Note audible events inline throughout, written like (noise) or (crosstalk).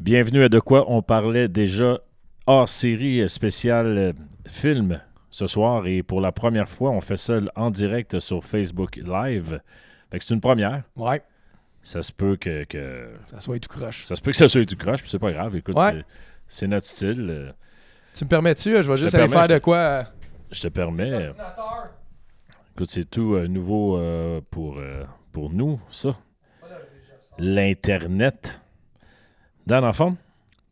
Bienvenue à De quoi on parlait déjà hors série spéciale euh, film ce soir et pour la première fois, on fait ça en direct sur Facebook Live. Fait que c'est une première. Ouais, Ça se peut que, que- ça soit tout croche. ça se peut que ça soit tout croche, puis c'est pas grave. Écoute, Ouais. c'est- c'est notre style. euh, Tu me permets-tu? euh, Je vais juste te aller permets, faire je te- de quoi? euh, Je te permets. Écoute, c'est tout euh, nouveau euh, pour, euh, pour nous, ça. L'Internet. Dan, en forme?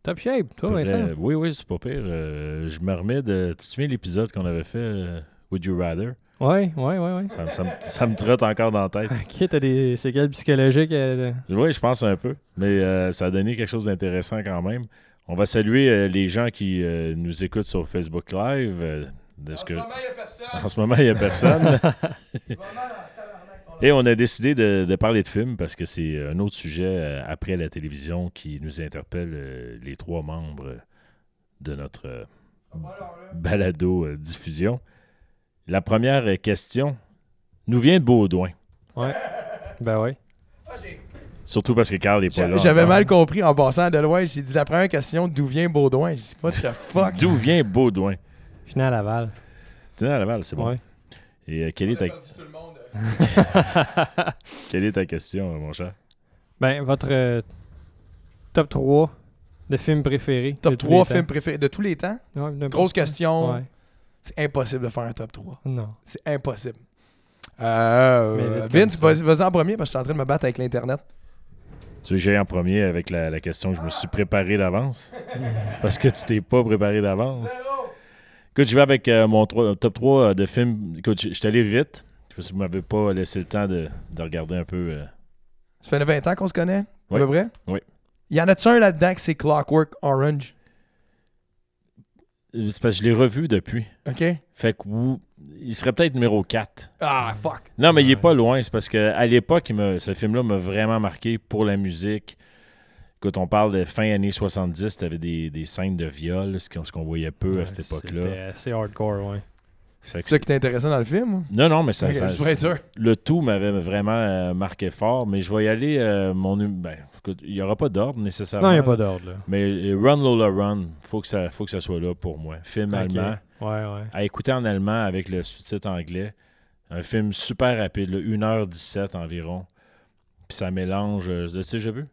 Top shape, toi, Pour, Vincent. euh, oui, oui, c'est pas pire. Euh, je me remets de. Tu te souviens de l'épisode qu'on avait fait, euh, Would You Rather? Ouais, ouais, ouais, ouais. Ça, me- (laughs) ça me, ça me trotte encore dans la tête. Ok, t'as des séquelles psychologiques. euh, Oui, je pense un peu. Mais euh, ça a donné quelque chose d'intéressant quand même. On va saluer euh, les gens qui euh, nous écoutent sur Facebook Live. euh, de ce que... Ah. il n'y a personne. En ce moment, il n'y a personne. Et on a décidé de, de parler de films parce que c'est un autre sujet euh, après la télévision qui nous interpelle euh, les trois membres de notre euh, balado-diffusion. La première euh, question nous vient de Baudouin, Ben ouais. surtout parce que Carl n'est pas là. J'avais encore. mal compris en passant de loin. J'ai dit la première question, d'où vient Baudouin? Je sais pas, (laughs) the fuck. D'où vient Baudouin? Je suis né à Laval. Tu es à Laval, c'est bon. Ouais. Et euh, quelle, est ta, euh. quelle est ta question, euh, mon cher? Ben, votre euh, top 3 de films préférés. Top de tous 3 les temps. films préférés de tous les temps? Ouais, n'importe Grosse quoi. question. Ouais. C'est impossible de faire un top 3. Non. C'est impossible. Euh, Mais vite comme Vince, ça. vas-y vas-y en premier parce que je suis en train de me battre avec l'Internet. Tu sais, j'ai en premier avec la, la question que je me suis préparé d'avance. (laughs) Parce que tu t'es pas préparé d'avance. Écoute, je vais avec euh, mon trois- top 3 de films. Écoute, je je suis allé vite. Je sais pas si vous m'avez pas laissé le temps de, de regarder un peu. euh. Ça fait 20 ans qu'on se connaît, Oui. à peu près? Oui. Il y en a-tu un là-dedans que c'est Clockwork Orange? C'est parce que je l'ai revu depuis. OK? Fait que ou- il serait peut-être numéro 4. Ah, fuck. Non, mais il est Ouais. pas loin. C'est parce qu'à l'époque, il me- ce film-là m'a vraiment marqué pour la musique. Écoute, on parle de fin années 70, t'avais des, des scènes de viol, ce qu'on ce qu'on voyait peu à Ouais, cette époque-là. c'était assez hardcore, ouais. Fait C'est que- ça qui t'intéressait dans le film? ou? Non, non, mais ça, Ok, ça- je pourrais être sûr. le tout m'avait vraiment euh, marqué fort, mais je vais y aller. euh, mon, num- ben, écoute, il n'y aura pas d'ordre nécessairement. Non, il n'y a pas d'ordre, là. Mais euh, Run Lola Run, faut que ça, faut que ça soit là pour moi. Film Ok. allemand, Ouais, ouais. à écouter en allemand avec le sous-titre anglais. Un film super rapide, là, 1h17 environ. Puis ça mélange, euh, tu sais, j'ai vu.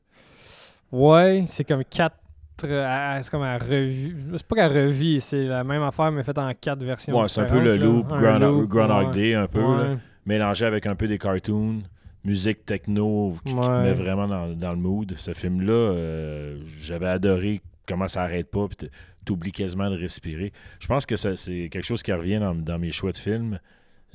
Ouais, c'est comme 4. C'est comme à revue. C'est pas qu'à revue, c'est la même affaire, mais faite en 4 versions. Ouais, c'est un peu le différentes, loop, là. Un Ground- loop, Groundhog ouais. Day, un peu. là. Ouais. mélangé avec un peu des cartoons, musique techno qui, qui te Ouais. met vraiment dans, dans le mood. Ce film-là, euh, j'avais adoré comment ça arrête pas, puis t- t'oublies quasiment de respirer. Je pense que ça- c'est quelque chose qui revient dans, dans mes choix de films.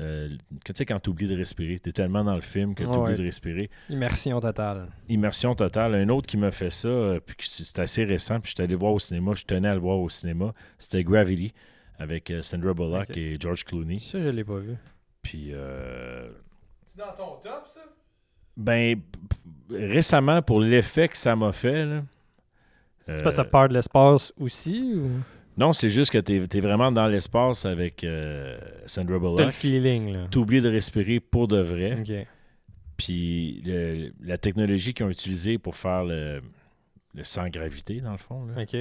Euh, que tu sais, quand t'oublies de respirer, t'es tellement dans le film que t'oublies Ouais. de respirer. Immersion totale. Immersion totale. Un autre qui m'a fait ça, euh, puis que c'est c'est assez récent, puis je suis allé voir au cinéma, je tenais à le voir au cinéma, c'était Gravity avec euh, Sandra Bullock Ok. et George Clooney. Ça, je l'ai pas vu. Puis euh, C'est dans ton top, ça? Ben, p- p- récemment, pour l'effet que ça m'a fait, là, euh, C'est parce que t'as peur de l'espace aussi ou non, c'est juste que t'es es vraiment dans l'espace avec euh, Sandra t'as le Bullock. feeling là? T'oublies de respirer pour de vrai. Ok. Puis le- la technologie qu'ils ont utilisée pour faire le, le sans gravité, dans le fond, là, Ok.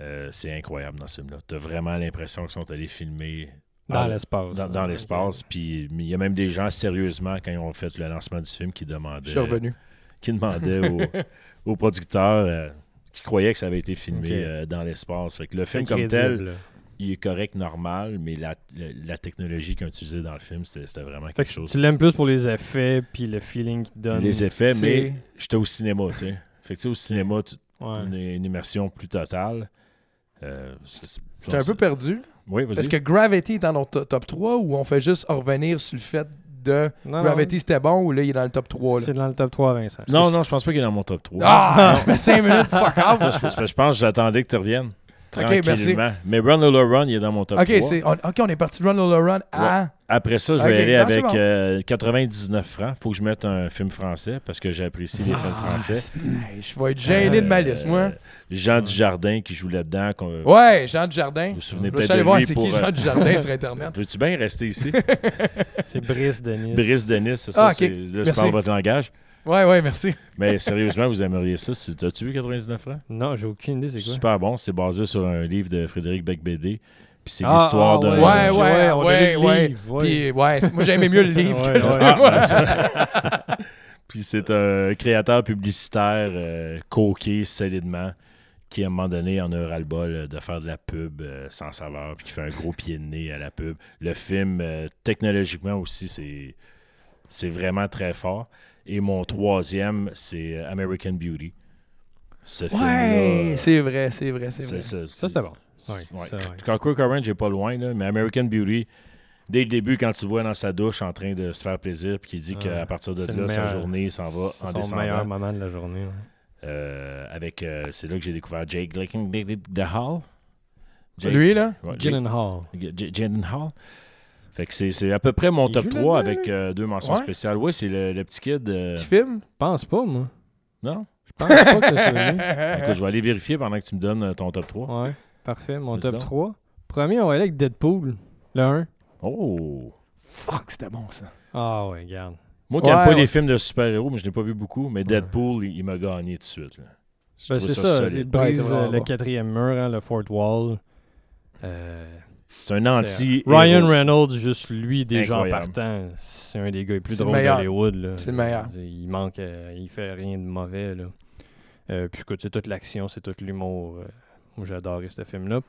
euh, c'est incroyable dans ce film-là. T'as vraiment l'impression qu'ils sont allés filmer Dans Ah, l'espace. dans, là. dans Oh, Ok. l'espace. Puis il y a même des gens, sérieusement, quand ils ont fait le lancement du film, qui demandaient... Je suis revenu. qui demandait (laughs) aux, aux producteurs euh, qui croyaient que ça avait été filmé Ok. euh, dans l'espace. Fait que le C'est film comme crédible, tel, là. il est correct, normal, mais la, la, la technologie qu'ils ont utilisée dans le film, c'était c'était vraiment Fait quelque que chose. tu l'aimes plus pour les effets puis le feeling qu'il donne. Les effets, mais C'est- j'étais au cinéma, tu sais. Fait que tu sais, au cinéma, tu Ouais. une, une immersion plus totale. Euh, c'est- c'est- J'étais un peu perdu. Oui, vas-y. Est-ce que Gravity est dans notre to- top 3 ou on fait juste revenir sur le fait de Non, non, Gravity c'était bon ou là il est dans le top 3? Là? C'est dans le top 3, Vincent. Non, non, je pense pas qu'il est dans mon top 3. Ah! (laughs) Je fais 5 minutes, fuck off! Ça, je, pense- je pense que j'attendais que tu reviennes. Ok, merci. Tranquillement. Mais Run Lola Run, il est dans mon top Ok, 3. c'est- on, ok, on est parti de Run Ah! Lola Run à. Après ça, je vais Ok, aller non, c'est avec bon. euh, 99 francs. Faut que je mette un film français parce que j'apprécie les Ah, films Ah, français. Hey, je vais être gêné de ma liste, Euh, moi. Jean Dujardin qui joue là-dedans. qu'on- Ouais, Jean Dujardin. Vous vous souvenez Je vais peut-être aller de voir lui c'est pour, qui Jean euh, Dujardin sur Internet. Veux-tu (laughs) bien rester ici? C'est Brice Denis. Brice Denis, c'est ça. Ah, ok. c'est- Là, je Merci. parle votre langage. Ouais, ouais, merci. Mais sérieusement, vous aimeriez ça. si- T'as-tu vu 99 francs? Non, j'ai aucune idée, c'est quoi. Super bon. C'est basé sur un livre de Frédéric Becbédé. Puis c'est Ah, l'histoire ah, d'un... Ouais, ouais, on a ouais, lu le ouais. livre, ouais. Puis, ouais, c- moi, (laughs) j'aimais mieux le livre Ouais, que le ouais. Ah, film. Ouais. ben, tu- (laughs) Puis c'est un créateur publicitaire euh, coqué solidement qui, à un moment donné, en a ras le bol euh, de faire de la pub euh, sans saveur, puis qui fait un gros pied de nez à la pub. Le film, euh, technologiquement aussi, c'est, c'est vraiment très fort. Et mon troisième, c'est euh, American Beauty. Ce film-là. euh, Ouais, c'est vrai, c'est vrai, c'est vrai. c'est- c'est- Ça, c'était bon. Ouais, Ouais. ça, ouais. Quand Quick Orange n'est pas loin, là, mais American Beauty, dès le début, quand tu le vois dans sa douche en train de se faire plaisir, puis qu'il dit Ouais. qu'à partir de C'est là, le sa meilleur- journée s'en va C'est en son meilleur descendant. moment de la journée. ouais. Euh, avec, euh, c'est là que j'ai découvert Jake Gyllenhaal. Jake- Lui, là? ouais, Jake- Gyllenhaal. Gy- Gyllenhaal. Fait que c'est, c'est à peu près mon Il top joue 3 là-dedans, avec euh, deux mentions Ouais. spéciales. Oui, c'est le, le petit kid. euh, Qui filme? (laughs) Je pense pas, moi. Non? Je pense pas que c'est lui. Écoute, je vais aller vérifier pendant que tu me donnes euh, ton top 3. Ouais, parfait. Mon Vas-y top donc. 3. Premier, on va aller avec Deadpool. Le 1. Oh! Fuck, c'était bon, ça. Ah ouais, regarde. Moi qui n'aime Ouais, pas ouais. les films de super-héros, mais je n'ai pas vu beaucoup, mais Deadpool, il, il m'a gagné tout de suite. là. Je Ben, trouve c'est ça, il solide. brise Ouais, c'est euh, vraiment le bon. quatrième mur, hein, le fourth wall. Euh, C'est un c'est- anti Ryan Reynolds, juste lui, déjà en Incroyable. partant, c'est un des gars les plus C'est le drôles meilleur. d'Hollywood. là. C'est le meilleur. Il manque, euh, il fait rien de mauvais. Là. Euh, puis écoute, c'est toute l'action, c'est tout l'humour. euh, moi, j'ai adoré ce film-là.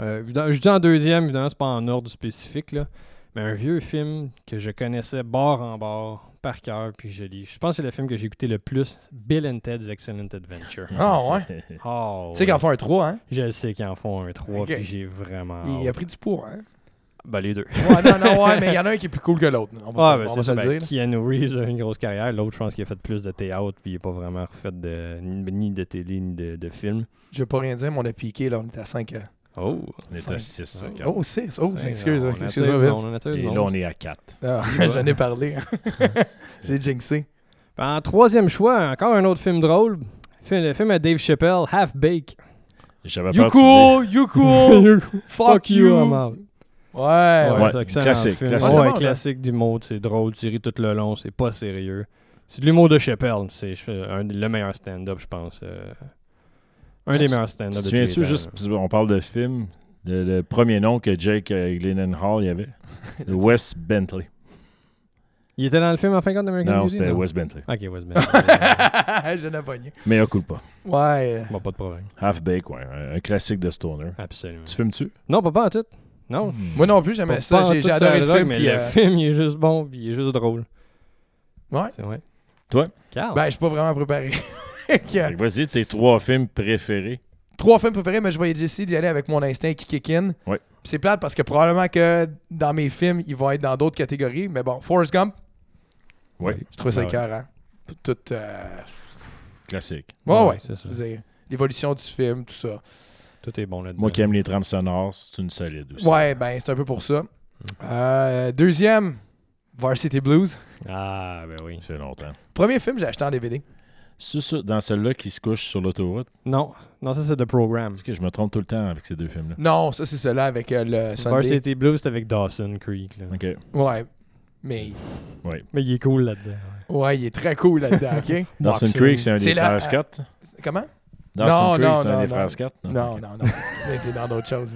Euh, évidemment- je dis en deuxième, évidemment, c'est pas en ordre spécifique, là, mais un vieux film que je connaissais bord en bord, par cœur, puis je l'ai. Je pense que c'est le film que j'ai écouté le plus, Bill and Ted's Excellent Adventure. Ah, ouais. Oh, Tu sais qu'en fait un 3, hein? Je le sais qu'ils en font un 3, Ok. puis j'ai vraiment. Il a hâte. pris du poids, hein? Ben, les deux. Ah, Ouais, non, non, (laughs) ouais, mais il y en a un qui est plus cool que l'autre. On va, Ah, se, ben, on c'est va ça. se le Ben, dire. Keanu Reeves a une grosse carrière. L'autre, je pense qu'il a fait plus de théâtre, puis il n'a pas vraiment refait de, ni ni de télé, ni de, de film. Je vais pas rien dire, mais on a piqué, là, on est à 5. Oh! On est à 6. Oh. Oh, 6. Oh, Ouais, excuse, on moi attire excuse du monde, moi on attire Et du là, monde. on est à 4. Ah, (laughs) J'en ai parlé. J'ai jinxé. Ben, en troisième choix, encore un autre film drôle. Fi- Le film à Dave Chappelle, Half Bake. J'avais You peur que tu dises- cool, you (laughs) cool, (laughs) fuck I'm you. out. Ouais, Ouais, ouais. c'est excellent classique, film. classique. Ouais, Ouais, c'est bon, classique du mode, c'est drôle, tu ris tout le long, c'est pas sérieux. C'est de l'humour de Chappelle, c'est je fais un, le meilleur stand-up, je pense. euh, un Tu- des meilleurs Tu stand-up te de tous les temps. souviens-tu juste, parce qu'on parle de film, le, le premier nom que Jake euh, Gyllenhaal il y avait Le Wes Bentley. Il était dans le film en fin de compte d'American Non, Beauty? c'était Wes Bentley. Ok, (laughs) Wes (laughs) Bentley. Je l'ai pogné. Mais un coup pas. Ouais. bon, pas de problème. Half Bake, ouais. Un, un classique de Stoner. Absolument. Tu fumes-tu Non, pas, pas en tout. Non. Hmm. Moi non plus, pas- j'aimais ça. pas en J'ai tout j'ai sur la adoré le drogue, film. mais puis, le euh, film, il est juste bon, puis il est juste drôle. Ouais. C'est vrai. Toi? Carl. Ben, je suis pas vraiment préparé. (laughs) euh, Que- Fait que Vas-y, tes trois films préférés. Trois films préférés, mais je voyais Jesse d'y aller avec mon instinct qui kick in. Ouais. Puis C'est plate parce que probablement que dans mes films, ils vont être dans d'autres catégories. Mais bon, Forrest Gump, Ouais, je trouve ça Ah ouais. Ah écœurant. Tout. euh, classique. Ouais, ouais. c'est ça. Je veux dire, L'évolution du film, tout ça. Tout est bon là-dedans. Moi qui aime les trames sonores, c'est une solide aussi. Ouais, ben, c'est un peu pour ça. Euh, deuxième, Varsity Blues. Ah, ben oui. Ça fait longtemps. Premier film, j'ai acheté en DVD. C'est ça, dans celle-là qui se couche sur l'autoroute. Non, non ça, c'est The Program. Parce que je me trompe tout le temps avec ces deux films-là. Non, ça, c'est celui-là avec euh, le Sunday. Varsity Blues, c'est avec Dawson Creek. là. OK. Ouais. Mais, Mais il est cool là-dedans. ouais, il est très cool (laughs) là-dedans, OK? Dawson Boxing. Creek, c'est un C'est des la- frères Scott. Comment? Dawson Non, Creek, non, c'est un non, des non. frères Scott. Non, OK. non, non. Il était dans d'autres choses.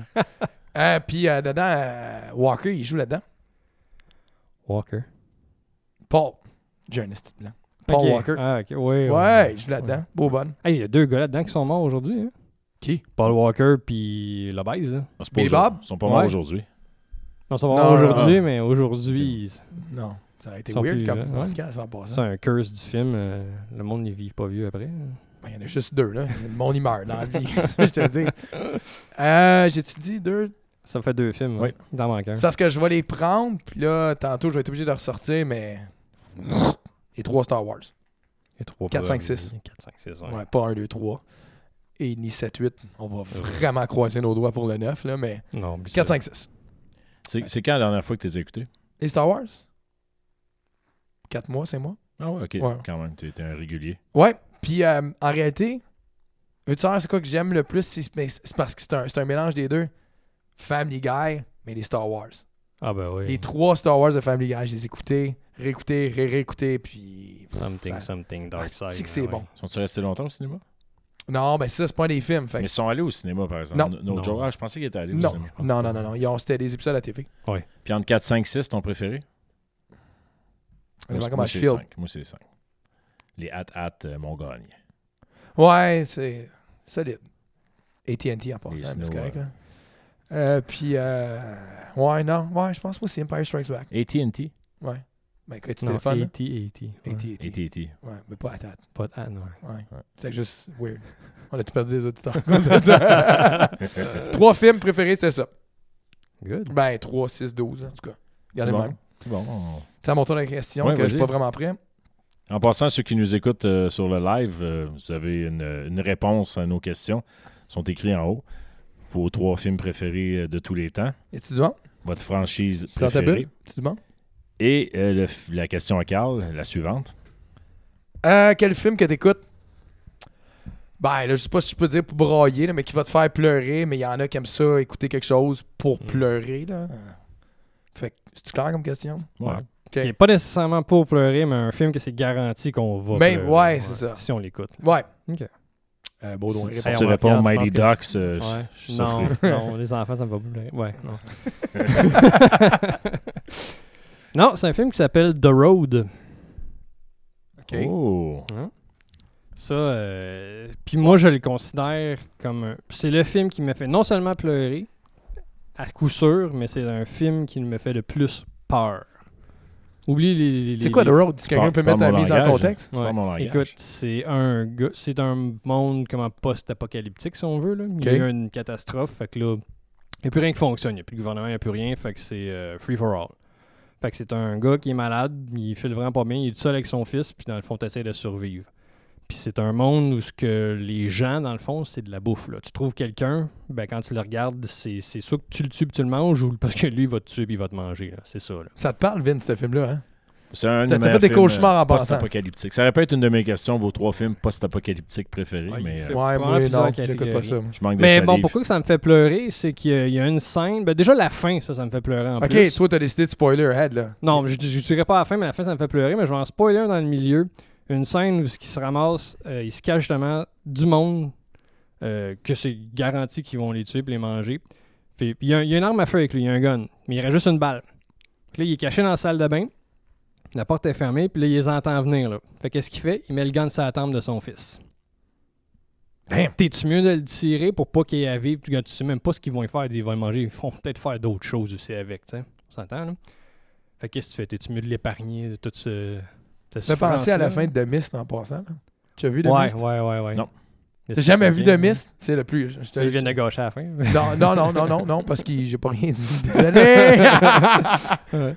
Euh, Puis euh, dedans, euh, Walker, il joue là-dedans. Walker. Paul. J'ai un esti de blanc. Paul Ok. Walker. Ah, ok. Oui, Ouais, il joue là-dedans. Beau bonne. Hey, il y a deux gars là-dedans qui sont morts aujourd'hui. hein. Qui? Paul Walker puis la base. là. Ah, c'est pas Billy aujourd'hui. Bob? Ils sont pas morts Ouais. aujourd'hui. Non, ils sont Non, morts aujourd'hui, non. mais aujourd'hui, c'est- Non, ça a été Sans weird plus, comme hein, podcast en passant. c'est un curse du film. euh, le monde ne vit pas vieux après. hein. Ben, Il y en a juste deux, là. Il y a Le monde, il meurt dans la (laughs) vie. (laughs) je te dis. Euh, J'ai-tu dit deux? Ça fait deux films. hein, Oui. ouais. Il en manque un. C'est parce que je vais les prendre, puis là, tantôt, je vais être obligé de ressortir, mais. Et trois Star Wars. Et trois Quatre, problèmes. cinq, six. 4, 5, 6. Ouais, pas un, deux, trois. Et ni 7, 8. On va vraiment croiser nos doigts pour le 9, là, mais. Non, oublie 4, ça. 5, 6. C'est c'est quand la dernière fois que tu les as écoutés? Et Star Wars? 4 mois, c'est moi. Ah ouais, OK. Ouais. Quand même, t'es t'es un régulier. Ouais, puis euh, en réalité, veux-tu savoir c'est quoi que j'aime le plus? C'est mais c'est parce que c'est un, c'est un mélange des deux. Family Guy, mais les Star Wars. Ah ben oui. Les trois Star Wars de Family Guy, je les ai écoutés, réécoutés, ré réécoutés, puis. Something, Ça- something, Ah, dark side. ben c'est que c'est ouais. bon. Sont-ils restés longtemps au cinéma? Non, ben ça, c'est pas des films. Fait. Mais que- ils sont allés au cinéma, par exemple. Non. No, no Non. joke. Ah, je pensais qu'ils étaient allés au Non, cinéma. non, non, non, non. Ils ont- C'était des épisodes à TV. Puis entre 4, 5, 6, ton préféré? Honnêtement, moi, comment je c'est feel. 5. Moi, c'est 5. Les hat hat euh, m'ont gagné. Ouais, c'est solide. ATT en Les passant, mais Snow, c'est correct. euh, là. Euh, puis, euh, ouais, non, ouais, je pense moi c'est Empire Strikes Back. AT&T. Ouais. Ben, quand tu Non, E téléphones, là, E 80, 80. ouais. AT&T. AT&T. Ouais, mais pas à date. Pas de- ah, non. Ouais. E Ouais. C'est juste (laughs) weird. On a tout perdu des auditeurs. à cause de ça. (laughs) trois films préférés, c'était ça. Good. Ben, 3, 6, 12, en tout cas. (laughs) Il y C'est en a de bon. même. C'est bon. Ça montre la question Ouais, que je suis vas-y. pas vraiment prêt. En passant, ceux qui nous écoutent euh, sur le live, euh, vous avez une, une réponse à nos questions. Ils sont écrits en haut. Vos trois films préférés euh, de tous les temps. Es-tu du bon? Votre franchise Dans ta préférée. bulle? Es-tu du bon? Et euh, le f- la question à Carl, la suivante. Euh, quel film que t'écoutes? Ben là, je sais pas si je peux dire pour brailler, là, mais qui va te faire pleurer, mais il y en a qui aiment ça, écouter quelque chose pour Mm. pleurer, là. Fait que, c'est clair comme question? Ouais. Ouais. Qui est pas nécessairement pour pleurer, mais un film que c'est garanti qu'on va. Ben, pleurer, ouais, c'est ça. Si on l'écoute. Ouais. Ok. Euh, Baudouin Si répond. Hey, tu on va réponds faire, je Mighty pense Ducks, euh, Ouais. je- je suis Non, surpris. non, les enfants, ça me va pas pleurer. Ouais, non. (laughs) non, c'est un film qui s'appelle The Road. Ok. Oh. Hein? Ça, euh, puis moi, je le considère comme un- C'est le film qui m'a fait non seulement pleurer, à coup sûr, mais c'est un film qui me fait le plus peur. Oublie les... les- C'est les- quoi The les- Road? Si quelqu'un parles- peut tu parles mettre la mon mise en langage, contexte? Tu parles mon langage. Écoute, c'est un gars- c'est un monde comment post-apocalyptique si on veut là. Il y a Ok. eu une catastrophe, fait que là, il n'y a plus rien qui fonctionne, il n'y a plus de gouvernement, il n'y a plus rien, fait que c'est euh, free for all. Fait que c'est un gars qui est malade, il file vraiment pas bien, il est tout seul avec son fils, puis dans le fond, t'essaies de survivre. Puis c'est un monde où ce que les gens, dans le fond, c'est de la bouffe. Là. Tu trouves quelqu'un, ben quand tu le regardes, c'est c'est soit que tu le tues puis tu le manges, ou parce que lui, il va te tuer puis il va te manger. là. C'est ça. là. Ça te parle, Vin, ce film-là, hein? C'est un de T'as- mes t'as fait des films, cauchemars euh, en passant. Post-apocalyptique. Ça aurait pu être une de mes questions, vos trois films post-apocalyptiques préférés, Ouais, il mais fait- euh, Ouais, probablement moi, non, plusieurs j'écoute pas catégories. ça. moi. je manque de Mais salive. bon, pourquoi que ça me fait pleurer, c'est qu'il y a- il y a une scène. ben déjà, la fin, ça, ça me fait pleurer en Ok, plus. toi, t'as décidé de spoiler ahead, là. Non, je, je dirais pas à la fin, mais à la fin, ça me fait pleurer. Mais je vais en spoiler un dans le milieu. Une scène où ce qui se ramasse, euh, ils se cachent justement du monde euh, que c'est garanti qu'ils vont les tuer puis les manger. Puis puis il y, a- il y a une arme à feu avec lui, il y a un gun, mais il reste juste une balle. Puis là, il est caché dans la salle de bain. La porte est fermée, puis là, il les entend venir. Là. Fait qu'est-ce qu'il fait? Il met le gun sur la tempe de son fils. Damn. T'es-tu mieux de le tirer pour pas qu'il y ait à vivre? Tu tu sais même pas ce qu'ils vont y faire. Ils vont le manger. Ils font peut-être faire d'autres choses aussi avec. tu sais. On s'entend, là? Fait que qu'est-ce que tu fais? T'es-tu mieux de l'épargner de toute ce. cette T'as pensé à la souffrance-là? fin de The Mist en passant, là? Tu as vu The Ouais, Mist? ouais, ouais, ouais. Non. T'as jamais vu The Mist? C'est le plus. je- je te- Ils viennent de gauche à la fin. (laughs) Non, non, non, non, non, non, parce que j'ai pas rien dit. Désolé. Ouais.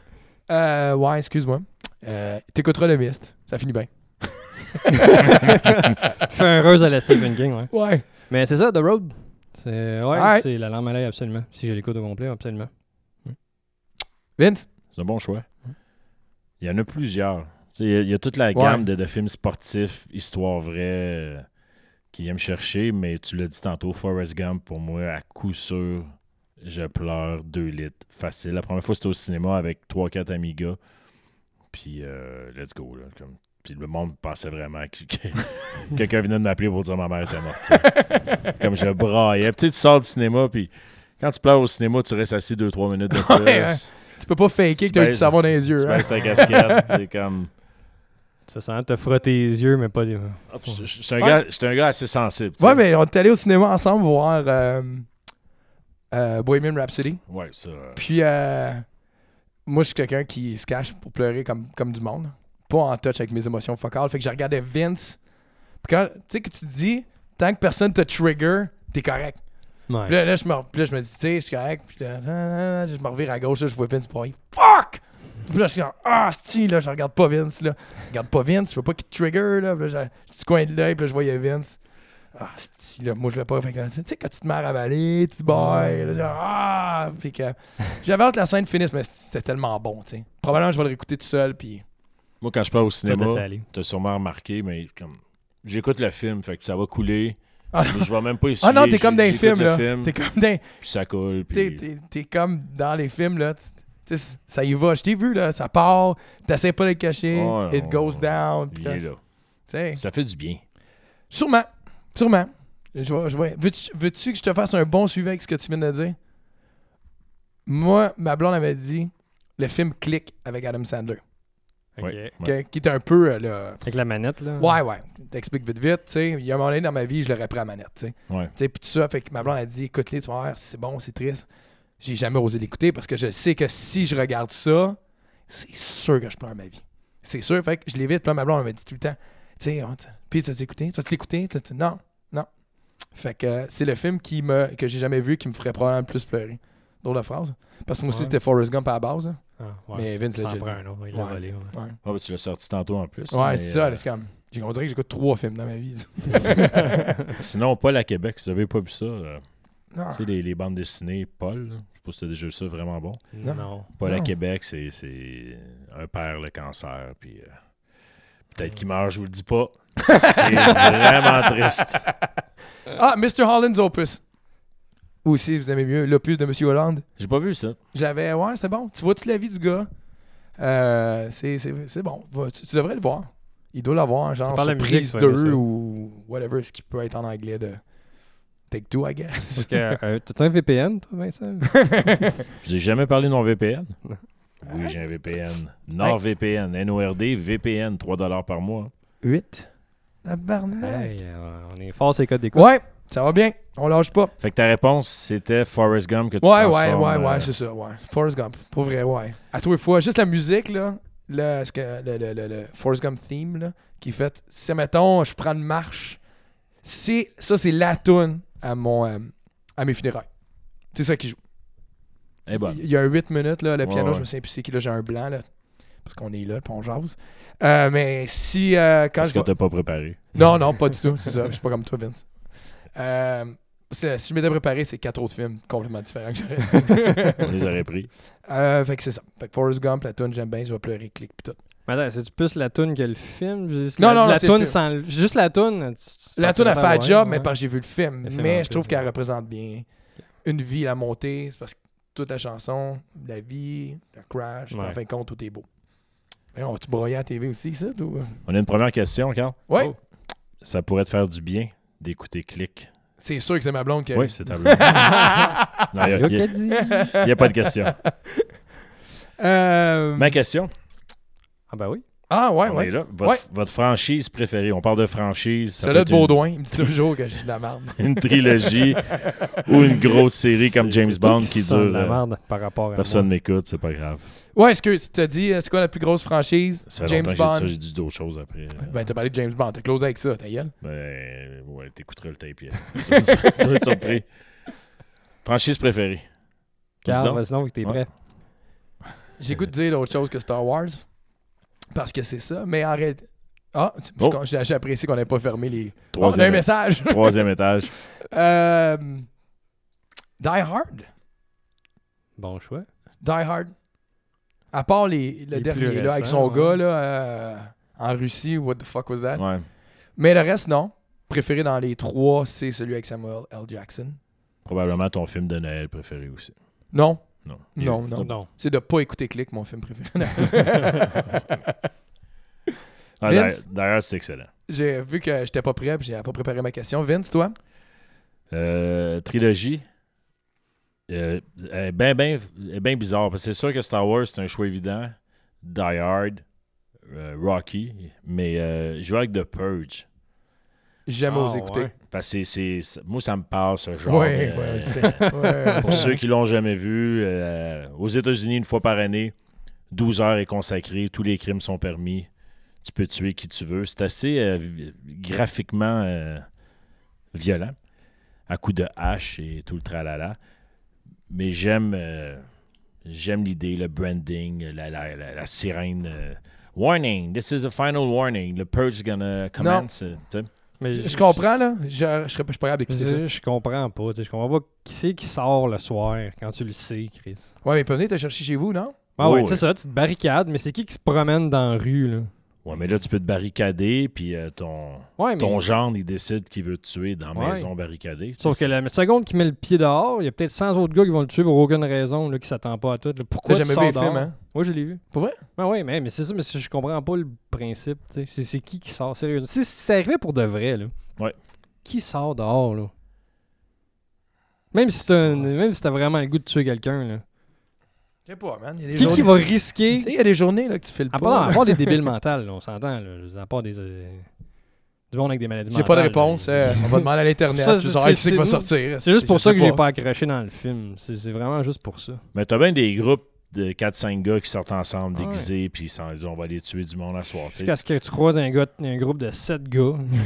Euh, ouais, excuse-moi. Euh, T'écouteras le mist. Ça finit (laughs) bien. Fin heureuse à la Stephen King, ouais. Ouais. Mais c'est ça, The Road. C'est ouais, Alright. c'est la lampe à l'œil, absolument. Si je l'écoute au complet, absolument. Vince? C'est un bon choix. Il y en a plusieurs. Tu sais, Il y, a- il y a toute la gamme de, de films sportifs, histoire vraie, euh, qui aiment chercher, mais tu l'as dit tantôt, Forrest Gump, pour moi, à coup sûr, je pleure deux litres. Facile. La première fois, c'était au cinéma avec 3-4 amigas. Puis, euh, let's go. Là, comme... Puis le monde pensait vraiment que, (laughs) que- quelqu'un venait de m'appeler pour dire ma mère était morte. tu sais. comme je braillais. Puis tu sais, tu sors du cinéma, puis quand tu pleures au cinéma, tu restes assis 2-3 minutes de plus. Ouais, ouais. Tu peux pas faker que t'as eu du baises- savon dans les Tu yeux. hein? baisses ta casquette, (laughs) c'est comme... Ça sent te frotter les yeux, mais pas des. Hop, Ah, je- je suis un, Ouais. gars- je suis un gars assez sensible. tu sais. Ouais, mais on est allé au cinéma ensemble voir euh, euh, Bohemian Rhapsody. Ouais, ça. euh, Puis, euh, moi, je suis quelqu'un qui se cache pour pleurer comme, comme du monde. Pas en touch avec mes émotions focales. Fait que je regardais Vince. Puis quand, tu sais, que tu te dis, tant que personne te trigger, t'es correct. Ouais. Puis là, là, je me, puis là, je me dis, tu sais, je suis correct. Puis là, ah, ah, je me revire à gauche, là, je vois Vince brailler. Fuck! Puis là, je suis comme, ah, si, là, je regarde pas Vince, là. Je regarde pas Vince, je veux pas qu'il trigger, là. Puis là, j'ai du coin de l'œil, puis là, je voyais Vince. Ah, si, là, moi, je l'ai pas. Fait que là, tu sais, quand tu te mets à ravaler, tu bailles, là, genre, ah! Puis que (laughs) j'avais hâte que la scène finisse, mais c'était tellement bon, tu sais. Probablement, je vais le réécouter tout seul, puis. Moi, quand je pars au Tout laisser cinéma, aller. t'as sûrement remarqué, mais comme. J'écoute le film, fait que ça va couler. Ah non, Je vais même pas essayer. Ah non, t'es comme dans les j'écoute films, le là. film, T'es comme dans, puis ça coule. t'es, Puis... t'es- t'es comme dans les films, là. Tu- tu sais, ça y va. Je t'ai vu, là, ça part. T'essaies pas de le cacher. Ouais, it on- goes down. puis Il là, est tu là. sais. Ça fait du bien. Sûrement. Sûrement. Je vais- je vais- Veux-tu veux-tu que je te fasse un bon suivi avec ce que tu viens de dire? Moi, ma blonde avait dit le film Click avec Adam Sandler, Ok. Ouais. ok, qui est un peu euh, le, Avec la manette, là. Ouais, ouais. T'expliques vite, vite. tu sais. Il y a un moment donné dans ma vie, je l'aurais pris à la manette. tu sais. Ouais. Tu sais, Puis tout ça, fait que ma blonde a dit écoute-les, tu vas voir, c'est bon, c'est triste. J'ai jamais osé l'écouter parce que je sais que si je regarde ça, c'est sûr que je pleure ma vie. C'est sûr, fait que je l'évite. Puis là, ma blonde elle m'a dit tout le temps tu sais, on- puis tu vas t'écouter, tu vas t'écouter. Tu- tu- Non, non. Fait que euh, c'est le film qui me, que j'ai jamais vu qui me ferait probablement le plus pleurer. Drôle de phrase. Parce que moi aussi, Ouais. c'était Forrest Gump à la base. hein. Ah, ouais. Mais Vince Ça l'a en déjà prend dit. un autre, il l'a Ouais. volé, ouais. Ouais. Ah, ben, tu l'as sorti tantôt en plus. Ouais, mais, c'est ça, euh, c'est comme. j'ai- On dirait que j'écoute trois films dans ma vie. (laughs) Sinon, Paul à Québec, si vous avez pas vu ça, euh, Non. tu sais, les, les bandes dessinées, Paul, là, je sais pas si t'as déjà vu ça, vraiment bon. Non. Non. Paul à Non. Québec, c'est c'est un père le cancer, puis euh, peut-être qu'il meurt, je vous le dis pas. (laughs) C'est vraiment triste. Ah, Mr. Holland's Opus. Ou si vous aimez mieux, l'opus de Monsieur Hollande. J'ai pas vu ça. J'avais. Ouais, c'était bon. Tu vois toute la vie du gars. Euh, c'est- c'est c'est bon. Va- tu, tu devrais le voir. Il doit l'avoir, genre par la musique, Surprise tu vas aimer 2 ça. ou whatever, ce qui peut être en anglais de Take Two, I (laughs) guess. Ok, euh, T'as un VPN, toi, (laughs) Vincent? Je vous ai jamais parlé de mon VPN. Ah. Non. Oui, j'ai un VPN. NordVPN, NORD, VPN, 3$ par mois. 8. La barnaque. Hey, euh, on est fort, ces codes d'écoute. Ouais, ça va bien. On lâche pas. Fait que ta réponse, c'était Forrest Gump que tu Ouais, ouais, transformes, ouais, euh, ouais, c'est ça, ouais. Forrest Gump, pour vrai, ouais. À tous les fois, juste la musique, là, le, ce que, le, le, le, le Forrest Gump theme, là, qui fait, si, mettons, je prends une marche, c'est, ça, c'est la tune à mon, euh, à mes funérailles. C'est ça qui joue. elle est bonne. Il y a 8 minutes, là, le Eh ben. Ouais, piano, ouais. je me souviens plus c'est qui, là, j'ai un blanc, là, parce qu'on est là, puis on jase. Euh, mais si, euh, quand Parce je que vais- t'as pas préparé. non, non, pas du tout. C'est ça. Je suis pas comme toi, Vince. Euh, c'est- si je m'étais préparé, c'est quatre autres films complètement différents (laughs) que j'aurais. On les aurait (laughs) pris. Euh, fait que c'est ça. Fait que Forrest Gump, la tune, j'aime bien, je vais pleurer, clic, pis tout. Mais attends, c'est-tu plus la toune que le film? Je veux dire, Non, la, non, la non, c'est toune le film. sans... le- Juste la toune. tu- tu- La tu tune a vas fait un faire job, ouais, mais ouais. parce que j'ai vu le film. Le film mais en je trouve plus, qu'elle ouais. représente bien une vie, la montée, c'est parce que toute la chanson, la vie, le crash, puis en Ouais. fin de compte, tout est beau. Mais on va-tu broyer à la TV aussi, ça? Ou... On a une première question, Carl. Ouais, Oh. Ça pourrait te faire du bien d'écouter Click. c'est sûr que c'est ma blonde qui. Oui, c'est ta (laughs) blonde. Non, il Ah, Yo, n'y a, Caddy. y a pas de question. (laughs) Euh, Ma question, Ah ben oui. Ah, ouais, on est ouais. là. Votre, Ouais. votre franchise préférée. On parle de franchise. ça peut Celui-là de être une- Baudouin, il me dit toujours que j'ai de la merde. Une trilogie ou une grosse série comme C'est- James c'est toi Bond qui sens de dure. la euh, merde par rapport à Personne moi. m'écoute, c'est pas grave. Ouais, excuse, tu t'as dit, euh, c'est quoi la plus grosse franchise? Ça fait James longtemps que j'ai Bond. dit ça, j'ai dit euh, d'autres choses après. Ben, t'as parlé de James Bond, t'as closé avec ça, ta gueule. Ben, ouais, t'écouteras le tape, yes. tu vas être surpris. Franchise préférée. Carl, Dis donc. vas-y donc, que t'es Ouais. prêt. J'ai goût de dire d'autres choses que Star Wars. Parce que c'est ça. Mais en réalité. Ah, tu- Oh. j'ai- j'ai apprécié qu'on n'ait pas fermé les. Oh, on a un Troisième, message. (laughs) troisième étage. Euh, Die Hard. Bon choix. Die Hard. À part les, le Les dernier, plus là, avec récents, son ouais. gars, là, euh, en Russie, What the fuck was that? Ouais. Mais le reste, non. Préféré dans les trois, c'est celui avec Samuel L. Jackson. Probablement ton film de Noël préféré aussi. Non, Non. non, non. Non. C'est de pas écouter Click, mon film préféré. (laughs) Ah, Vince? d'ailleurs- D'ailleurs, c'est excellent. j'ai vu que j'étais pas prêt, puis j'ai pas préparé ma question. Vince, toi? Euh, trilogie. Euh, elle est ben, ben, elle est ben bizarre. Parce que c'est sûr que Star Wars, c'est un choix évident. Die Hard, euh, Rocky. Mais euh, je vais avec The Purge. J'ai Jamais Ah, osé écouter. ouais. Parce que c'est, c'est- moi, ça me passe, ce genre. Ouais, euh, ouais, (laughs) c'est- ouais, ouais, pour c'est- ceux qui l'ont jamais vu, euh, aux États-Unis, une fois par année, 12 heures est consacrée, tous les crimes sont permis, tu peux tuer qui tu veux. C'est assez euh, vi- graphiquement euh, violent, à coups de hache et tout le tralala. Mais j'aime euh, j'aime l'idée, le branding, la, la- la- la sirène. euh, warning, this is the final warning. The purge is gonna commence. euh, tu sais. Mais Je comprends, là. Je, je serais pas je suis pas capable d'écouter ça. Je, je comprends pas. tu sais, Je comprends pas qui c'est qui sort le soir quand tu le sais, Chris. Ouais, mais peut venir te chercher chez vous, non? Ah Oh, ouais, ouais. c'est ça, tu te barricades, mais c'est qui qui se promène dans la rue, là? Ouais, mais là, tu peux te barricader, puis euh, ton, Ouais, mais- ton genre, il décide qu'il veut te tuer dans la Ouais. maison barricadée. Sauf que la seconde qui met le pied dehors, il y a peut-être 100 autres gars qui vont le tuer pour aucune raison, là, qui s'attend pas à tout. là. Pourquoi T'as tu jamais sors vu les dehors? films, hein? Moi, je l'ai vu. Pour vrai? Ouais, ouais, mais, mais c'est ça, mais c'est- je comprends pas le principe. tu sais. C'est, c'est qui qui sort sérieux? Si si ça arrivait pour de vrai, là. Ouais. Qui sort dehors, là? Même si t'as, un- pas, c'est- même si t'as vraiment le goût de tuer quelqu'un, là. Je sais pas, man. Il y a des Qui, qui journées- va Ah, Tu risquer. sais, il y a des journées là, que tu files À pas. part, à là. part des (laughs) débiles mentales, là, on s'entend, là. Je veux dire, À part des. euh, du monde avec des maladies J'ai mentales. pas de là. réponse. (laughs) euh, on va demander à l'Internet. C'est pour ça, Tu c'est- sauras qui c'est- c'est qui va c'est- sortir. C'est juste pour Je ça sais que j'ai pas. pas accroché dans le film. C'est, c'est vraiment juste pour ça. Mais t'as bien des groupes de 4-5 gars qui sortent ensemble, Ouais. déguisés, puis ils s'en- ils disent on va aller tuer du monde à soir. tu sais. Jusqu'à ce que tu croises un, gars, un groupe de 7 gars. (laughs)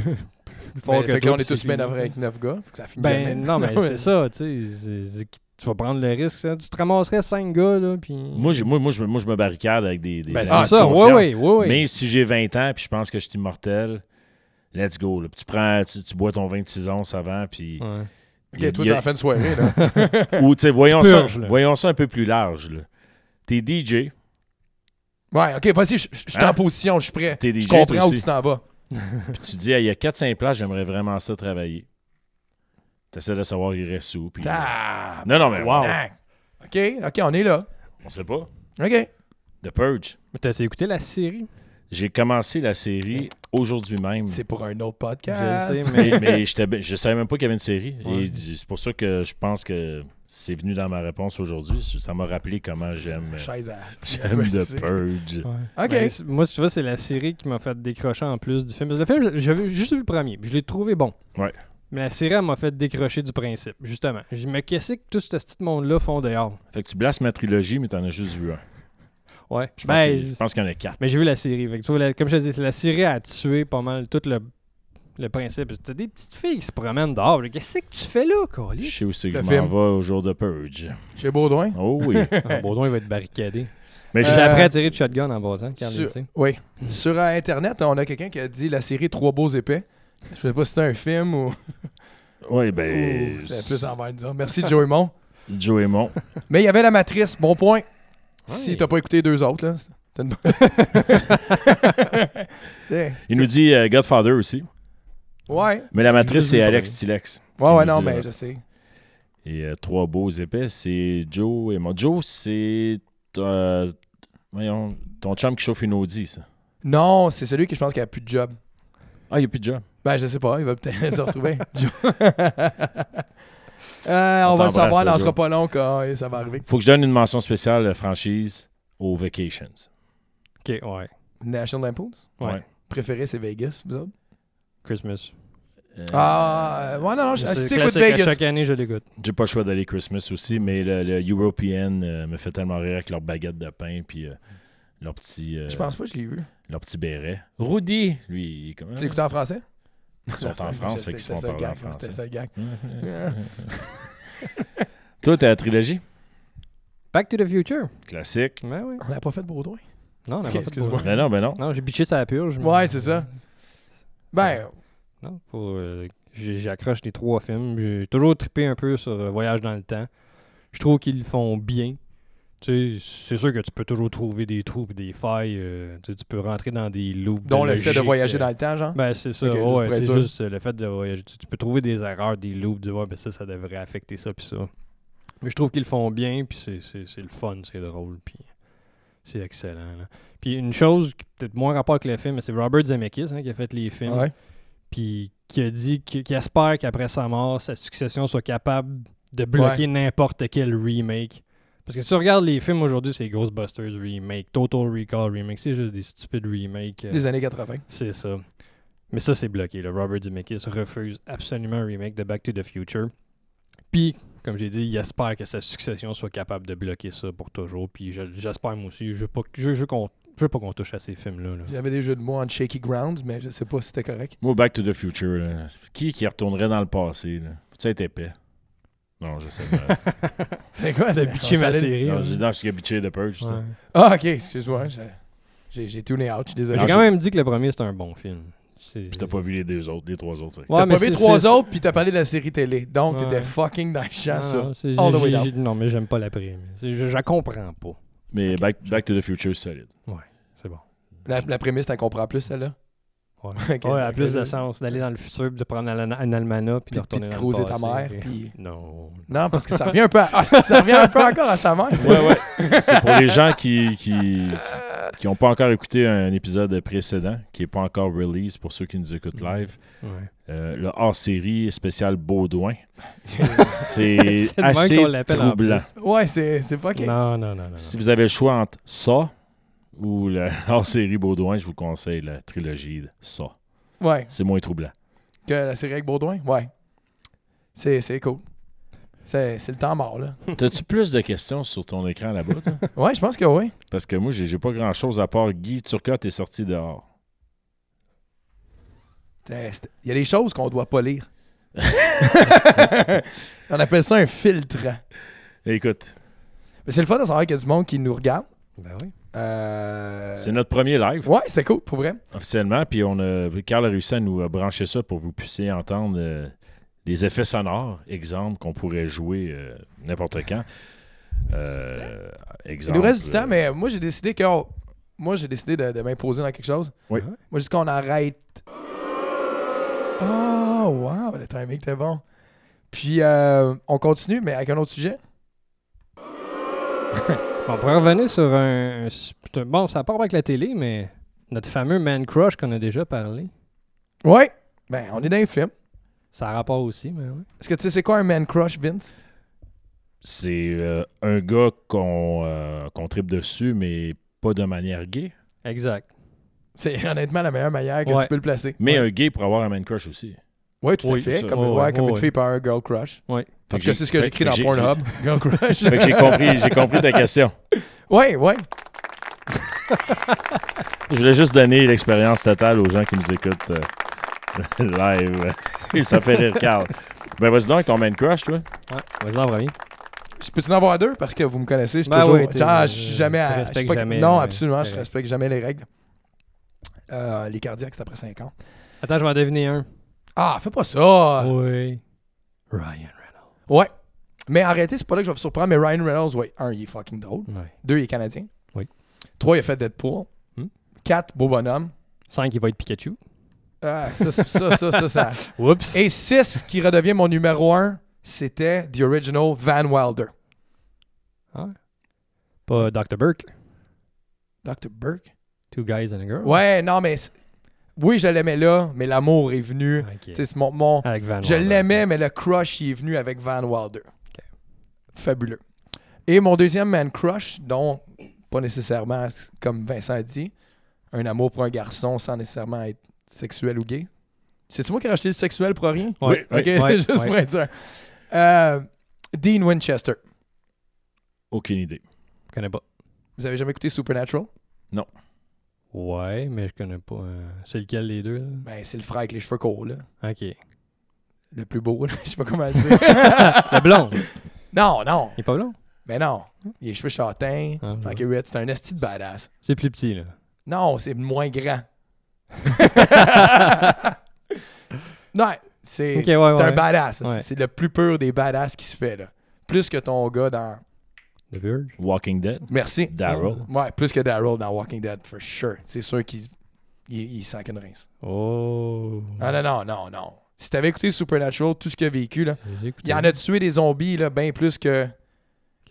plus fort Mais que Ben, Fait que toi, là, on puis est tous c'est bien fini. d'avril avec 9 gars. Fait que ça finit Ben jamais. (laughs) non, mais c'est ça, tu sais. c'est- c'est que Tu vas prendre le risque. hein. Tu te ramasserais 5 gars, là. Puis... Moi, j'ai- moi, moi, je, me- moi, je me barricade avec des. des Ben, gens c'est ah, de ça, oui, confiance. oui, oui. Mais si j'ai 20 ans, puis je pense que je suis immortel, let's go. là. Puis Tu, prends, tu, tu bois ton 26 onces avant, puis. Ok, toi, Il y t'es a- en fin de soirée, (laughs) là. Ou, tu sais, voyons, Tu ça- purges, là. voyons ça un peu plus large. là. T'es DJ. Ouais, ok, vas-y, je je suis Hein? en position, je suis prêt. T'es Je DJ, toi comprends où aussi. tu t'en vas. Puis tu dis, Ah, il y a 4-5 places, j'aimerais vraiment ça travailler. T'essaies de savoir il reste où. Puis... Ah, Non, non, mais wow. man. Ok, ok, on est là. On sait pas. Ok. The Purge. Mais T'as écouté la série? J'ai commencé la série aujourd'hui même. C'est pour un autre Je podcast. sais, (laughs) Mais, mais. mais j'étais ben- je savais même pas qu'il y avait une série. Ouais. Et c'est pour ça que je pense que c'est venu dans ma réponse aujourd'hui. Ça m'a rappelé comment j'aime Chaise à- (laughs) j'aime The Excusez. Purge. Ouais. Ok. Mais c'est- moi, tu vois, c'est la série qui m'a fait décrocher en plus du film. Parce que le film, j'avais juste vu le premier. puis Je l'ai trouvé bon. Ouais. Mais la série, elle m'a fait décrocher du principe, justement. Je me qu'est-ce que tout ce petit monde-là font dehors? Fait que tu blasses ma trilogie, mais t'en as juste vu un. Ouais. Je pense Ben, qu'il- je pense qu'il y en a quatre. Mais j'ai vu la série. Fait que tu vois, la- comme je te dis, c'est la série a tué pas mal tout le, le principe. T'as des petites filles qui se promènent dehors. là. Qu'est-ce que tu fais là, Je (laughs) Colis? sais aussi que Le je film. m'en vais au jour de Purge. Chez Baudouin. Oh (laughs) oui. Baudouin va être barricadé. Mais Je j'ai- Euh, l'apprends à tirer de shotgun en basant. Sur- Oui. Hmm. Sur euh, Internet, on a quelqu'un qui a dit la série Trois beaux épais. Je sais pas si c'est un film ou. (laughs) ouais, ben. ou c'est plus envers nous autres. Merci, Joey Mon. Joe et Mon. Mais il y avait la matrice, bon point. Si t'as pas écouté deux autres, là. t'as (laughs) une bonne- (laughs) C'est- Il nous dit euh, Godfather aussi. Ouais. Mais la matrice, vu c'est le Alex premier. Tilex. Ouais, ouais, nous non, dit, mais euh, je sais. Et euh, trois beaux épais, c'est Joe et Mon. Joe, c'est. euh, voyons, ton chum qui chauffe une Audi, ça. Non, c'est celui qui, je pense, qui a plus de job. Ah, il n'y a plus de job. Ben, je sais pas, il va peut-être (laughs) se retrouver. Jo- Euh, on, On va le savoir, t'embrasse, on sera Jo. pas long quand euh, ça va arriver. Faut que je donne une mention spéciale euh, franchise aux Vacations. Ok, ouais. National Impulse. Ouais. Ouais. Préféré, c'est Vegas, vous autres? Christmas. Euh, Ah, euh, ouais, non, non, je- C'est si t'écoutes classique, à Vegas. chaque année, je l'écoute. J'ai pas le choix d'aller Christmas aussi, mais le, le European euh, me fait tellement rire avec leur baguette de pain puis euh, leur petit euh, Je pense pas que je l'ai vu. leur petit béret. Rudy, lui, il est comment Tu l'as écouté en français? Ils sont en France, fait qu'ils se font C'était ça parler le en gag, hein, français. C'était ça le gag. Toi, t'as la trilogie Back to the Future. classique. Ouais, ouais. On l'a pas fait de Baudouin. Non, on n'a Ok, pas fait de excuse-moi. Ben Baudouin. non, ben non. Non, j'ai bitché sur la purge. mais- Ouais, c'est ça. Ben, Non, faut, euh, j'ai- j'accroche les trois films. J'ai toujours trippé un peu sur euh, Voyage dans le temps. Je trouve qu'ils le font bien. Tu sais, c'est sûr que tu peux toujours trouver des trous et des failles. euh, tu sais, tu peux rentrer dans des loops. dont le fait de logique, voyager euh, dans le temps, genre. Ben, c'est ça. Ok, juste ouais, pour être tu sais, sûr. juste euh, le fait de voyager. Tu, tu peux trouver des erreurs, des loops, dire, ouais, ben ça, ça devrait affecter ça, puis ça. Mais je trouve qu'ils le font bien, puis c'est, c'est, c'est le fun, c'est drôle, puis c'est excellent. là. Puis une chose, qui peut-être moins rapport avec le film, mais c'est Robert Zemeckis hein, qui a fait les films, Ouais. puis qui a dit qu'il qu'il espère qu'après sa mort, sa succession soit capable de bloquer n'importe quel remake. Parce que si tu regardes les films aujourd'hui, c'est Ghostbusters remake, Total Recall remake, c'est juste des stupides remakes. euh, Des années 80. c'est ça. Mais ça, c'est bloqué. là. Robert Zemeckis refuse absolument un remake de Back to the Future. Puis, comme j'ai dit, il espère que sa succession soit capable de bloquer ça pour toujours. Puis je- j'espère moi aussi. Je veux pas, que- je, je veux qu'on- je veux pas qu'on touche à ces films-là. là. (laughs) J'avais des jeux de mots en shaky grounds, mais je sais pas si c'était correct. Moi, Back to the Future, là. qui qui retournerait dans le passé là? Faut-tu être épais Non, je sais (laughs) pas. C'est quoi, T'as c'est bitché on ma s'allait- série. non, hein. je dis non, parce qu'il y a Bitché de Purge. Ouais. ça. Ah, ok, excuse-moi. je- J'ai j'ai tuné out, je suis désolé. J'ai Non, quand même dit que le premier, c'était un bon film. C'est- Puis t'as pas vu les deux autres, les trois autres. fait. Ouais, T'as mais pas vu c'est- trois c'est- autres, puis t'as parlé de la série télé. Donc, Ouais. t'étais fucking dans le champ, Non, ça. non, c'est- All the way j'ai- down. j'ai- non, mais j'aime pas la prime. C'est- Je, je la comprends pas. (laughs) Mais Back, Back to the Future, c'est solide. C'est bon. La, la prémisse, t'en comprends plus, celle-là? (laughs) Ouais, Ok, Ouais, elle a ok, plus de là. sens d'aller dans le futur, puis de prendre un, un almanach, puis, Puis, puis de retourner de dans croiser le ta passé, mère, puis- puis... Non. Non, parce que ça (laughs) revient un peu à... Ah, ça revient un peu encore à sa mère. ça. Ouais, ouais. (laughs) C'est pour les gens qui qui qui ont pas encore écouté un épisode précédent, qui est pas encore release pour ceux qui nous écoutent Mm-hmm. live. Ouais. euh, le hors-série spécial Baudouin. (laughs) C'est C'est de même assez qu'on l'appelle en troublant. plus. Ouais, c'est c'est fucking... Non, non, non, non. Ben, Si vous avez le choix entre ça ou (laughs) la hors-série Baudouin, je vous conseille la trilogie de ça. Ouais, C'est moins troublant. que la série avec Baudouin, ouais. C'est c'est cool. C'est c'est le temps mort, là. (laughs) T'as-tu plus de questions sur ton écran là-bas, toi? Ouais, je pense que oui. (laughs) Parce que moi, j'ai j'ai pas grand-chose à part Guy Turcotte est sorti dehors. C'est- c'est- Il y a des choses qu'on doit pas (laughs) lire. On appelle ça un filtre. Écoute, Mais c'est le fun de savoir qu'il y a du monde qui nous regarde. (laughs) Ben oui. Euh, c'est notre premier live Ouais, c'était cool, pour vrai. officiellement, puis on a Carl a réussi à nous euh, brancher ça pour que vous puissiez entendre euh, les effets sonores, exemple qu'on pourrait jouer euh, n'importe quand. Euh, Il exemple. nous reste du euh, temps, mais moi, j'ai décidé que... oh, moi, j'ai décidé de, de m'imposer dans quelque chose. Oui. Moi, juste qu'on arrête. Oh, wow, le timing était bon. Puis, euh, on continue, mais avec un autre sujet. On pourrait revenir sur un. un su- Bon, ça part avec la télé, mais notre fameux Man Crush qu'on a déjà parlé. Ouais, ben, on est dans les films. Ça a rapport aussi, mais oui. Est-ce que tu sais c'est quoi un man crush, Vince? C'est euh, un gars qu'on euh, qu'on tripe dessus, mais pas de manière gay. Exact. C'est (laughs) honnêtement la meilleure manière que Ouais. tu peux le placer. Mais ouais. un gay pour avoir un man crush aussi. Ouais, tout à Oui, fait. ça. Comme, Ouais, ouais, ouais, comme une ouais. fille peut avoir un girl crush. Oui. En Fait tout j'ai- cas, c'est ce que fait- j'écris fait dans j'ai- Pornhub. (laughs) Girl crush. j'ai- (laughs) Fait que j'ai compris, j'ai compris ta question. ouais, ouais. Je voulais juste donner l'expérience totale aux gens qui nous écoutent euh, (laughs) live. Et ça fait rire Carl. Ben vas-y donc avec ton man crush, toi. Ouais, vas-y en premier. Je peux-tu en avoir deux? Parce que vous me connaissez, je suis Ben toujours... oui, t'es- genre, je suis euh, jamais... tu à- je suis respectes pas- jamais, Non, ouais, absolument, c'est je correct. respecte jamais les règles. Euh, les cardiaques, c'est après 5 ans. Attends, je vais en deviner un. Ah, fais pas ça! Oui. Ryan Ouais. Mais arrêtez, c'est pas là que je vais vous surprendre, mais Ryan Reynolds, ouais, un, il est fucking drôle. Reynolds. Ouais. Deux, il est canadien. Oui. Trois, il a fait Deadpool. Hmm. Quatre, beau bonhomme. 5, il va être Pikachu. Ah, ça, ça, ça, ça, ça, ça. (laughs) Oups. Et six, qui redevient mon numéro un, c'était The Original Van Wilder. Pas Dr. Burke. Dr. Burke? Two guys and a girl. Ouais, non, mais... c'est- Oui, je l'aimais là, mais l'amour est venu. Ok. Tu sais, c'est mon- mon, Avec Van Je Wilder. l'aimais, mais le crush, il est venu avec Van Wilder. Fabuleux. Et mon deuxième man crush, dont pas nécessairement, comme Vincent a dit, un amour pour un garçon sans nécessairement être sexuel ou gay. C'est-tu moi qui ai racheté le sexuel pour rien? Ouais. Oui, ok, (laughs) oui, oui, juste oui. pour être sûr. Euh, Dean Winchester. Aucune idée. Je connais pas. Vous avez jamais écouté Supernatural? Ouais, mais je connais pas. euh, C'est lequel les deux? là? Ben, c'est le frère avec les cheveux courts, là. Ok. (laughs) Le plus beau, là. (laughs) Je sais pas comment le dire. (laughs) Le blond. non, non. Il est pas blond. Mais non. Il a les cheveux châtains. Ah, Tant ouais. que huit, c'est un esti de badass. C'est plus petit, là. Non, c'est moins (laughs) grand. non, c'est Ok, ouais, c'est ouais. un badass. ça. Ouais. C'est le plus pur des badass qui se fait. Là. Plus que ton gars dans. The Verge. Walking Dead. Merci. Daryl. Ouais, plus que Daryl dans Walking Dead, for sure. C'est sûr qu'il s- il, il sent qu'une rince. Oh. Non, non, non, non, non. Si t'avais écouté Supernatural, tout ce qu'il a vécu, là, J'ai écouté. il en a tué des zombies, là, bien plus que.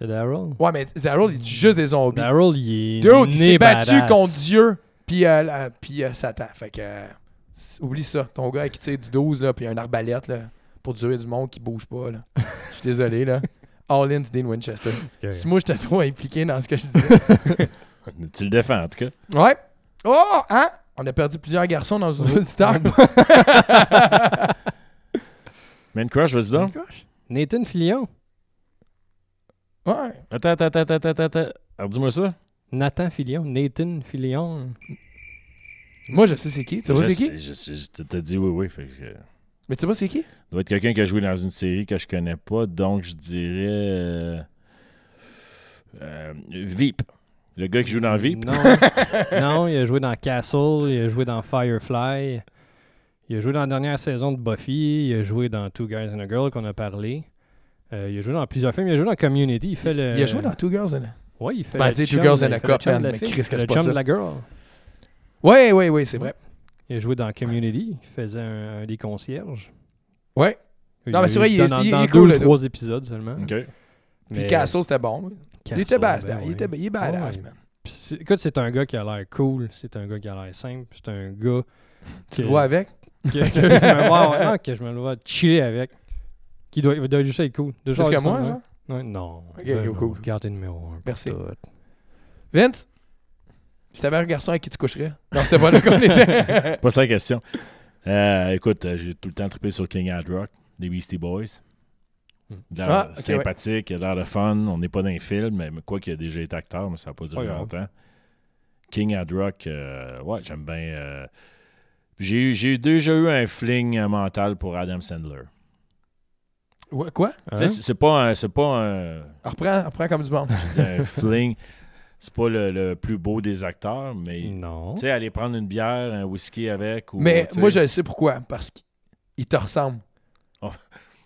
Que Daryl. Ouais, mais Daryl, il tue juste des zombies. Daryl, il est. Dude, il né s'est battu badass. contre Dieu puis, euh, la- puis euh, Satan. Fait que euh, oublie ça. Ton gars qui tire du 12 là, puis un arbalète là, pour tuer du monde qui bouge pas. là. Je suis désolé (laughs) là. All in to Dean Winchester. Si Ok. moi j'étais trop impliqué dans ce que je disais. Tu le défends en tout cas. (laughs) Ouais. Oh, hein? On a perdu plusieurs garçons dans une auditeur. Man crush, vas-y donc. Nathan Fillion. (laughs) ouais. Attends, attends, attends, attends, attends, attends. Alors dis-moi ça. Nathan Fillion. Nathan Fillion. Moi je sais c'est qui. Tu sais pas Je c'est qui? sais- Je, sais- je te- te dis oui, oui. Fait que, euh, Mais tu sais pas c'est qui? doit être quelqu'un qui a joué dans une série que je connais pas, donc je dirais. euh, euh, Veep. Le gars qui joue dans Veep. (laughs) Non. non, il a joué dans Castle, il a joué dans Firefly, il a joué dans la dernière saison de Buffy, il a joué dans Two Guys and a Girl qu'on a parlé. Euh, il a joué dans plusieurs films, il a joué dans Community, il fait le... Il a joué dans Two Girls and a- Ouais, il fait Ben, le dis Two chum- Girls and il a fait le Cop, chum de man, la mais fille, Christ que le c'est pas chum ça. de la girl. Oui, oui, oui, c'est vrai. Il a joué dans Community. Il faisait un, un des concierges. Ouais. Non, a mais c'est eu- vrai, il est- dans, il est dans cool, deux ou le trois épisodes seulement. OK. Puis Mais Castle, c'était bon. il était Castle, badass. ben Il était ouais. il est badass, Ouais. man. Puis c'est- Écoute, c'est un gars qui a l'air cool. C'est un gars qui a l'air simple. C'est un gars. Tu le que- vois avec? (laughs) que, que je me vois, non, que je me vois chiller avec. Qui doit, doit juste être cool. De Plus genre que du moi, fun, genre? hein? Ouais, Non. Ok, ben ok, non, cool. Garde tes numéros un. Merci. pour toi. Vince, si t'avais un garçon avec qui tu coucherais? Non, c'était pas là qu'on (laughs) était. Pas ça la question. Euh, écoute, euh, j'ai tout le temps trippé sur King Hard Rock, des Beastie Boys. Hmm. De l'air Ah, ok, sympathique, il a l'air de fun. On n'est pas dans un film, mais quoi qu'il a déjà été acteur, mais ça n'a pas duré Pas grave. longtemps. King Hard Rock, euh, ouais, j'aime bien. euh, j'ai eu- j'ai eu déjà eu un fling euh, mental pour Adam Sandler. Ouais, Quoi? Hein? Tu sais, C'est c'est pas un- c'est pas un, Reprends, reprends comme du monde. je dis (laughs) un fling. C'est pas le, le plus beau des acteurs, mais Hein? Non. tu sais, aller prendre une bière, un whisky avec. Ou, Mais tu sais, moi, je le sais pourquoi. Parce qu'il te ressemble. Oh.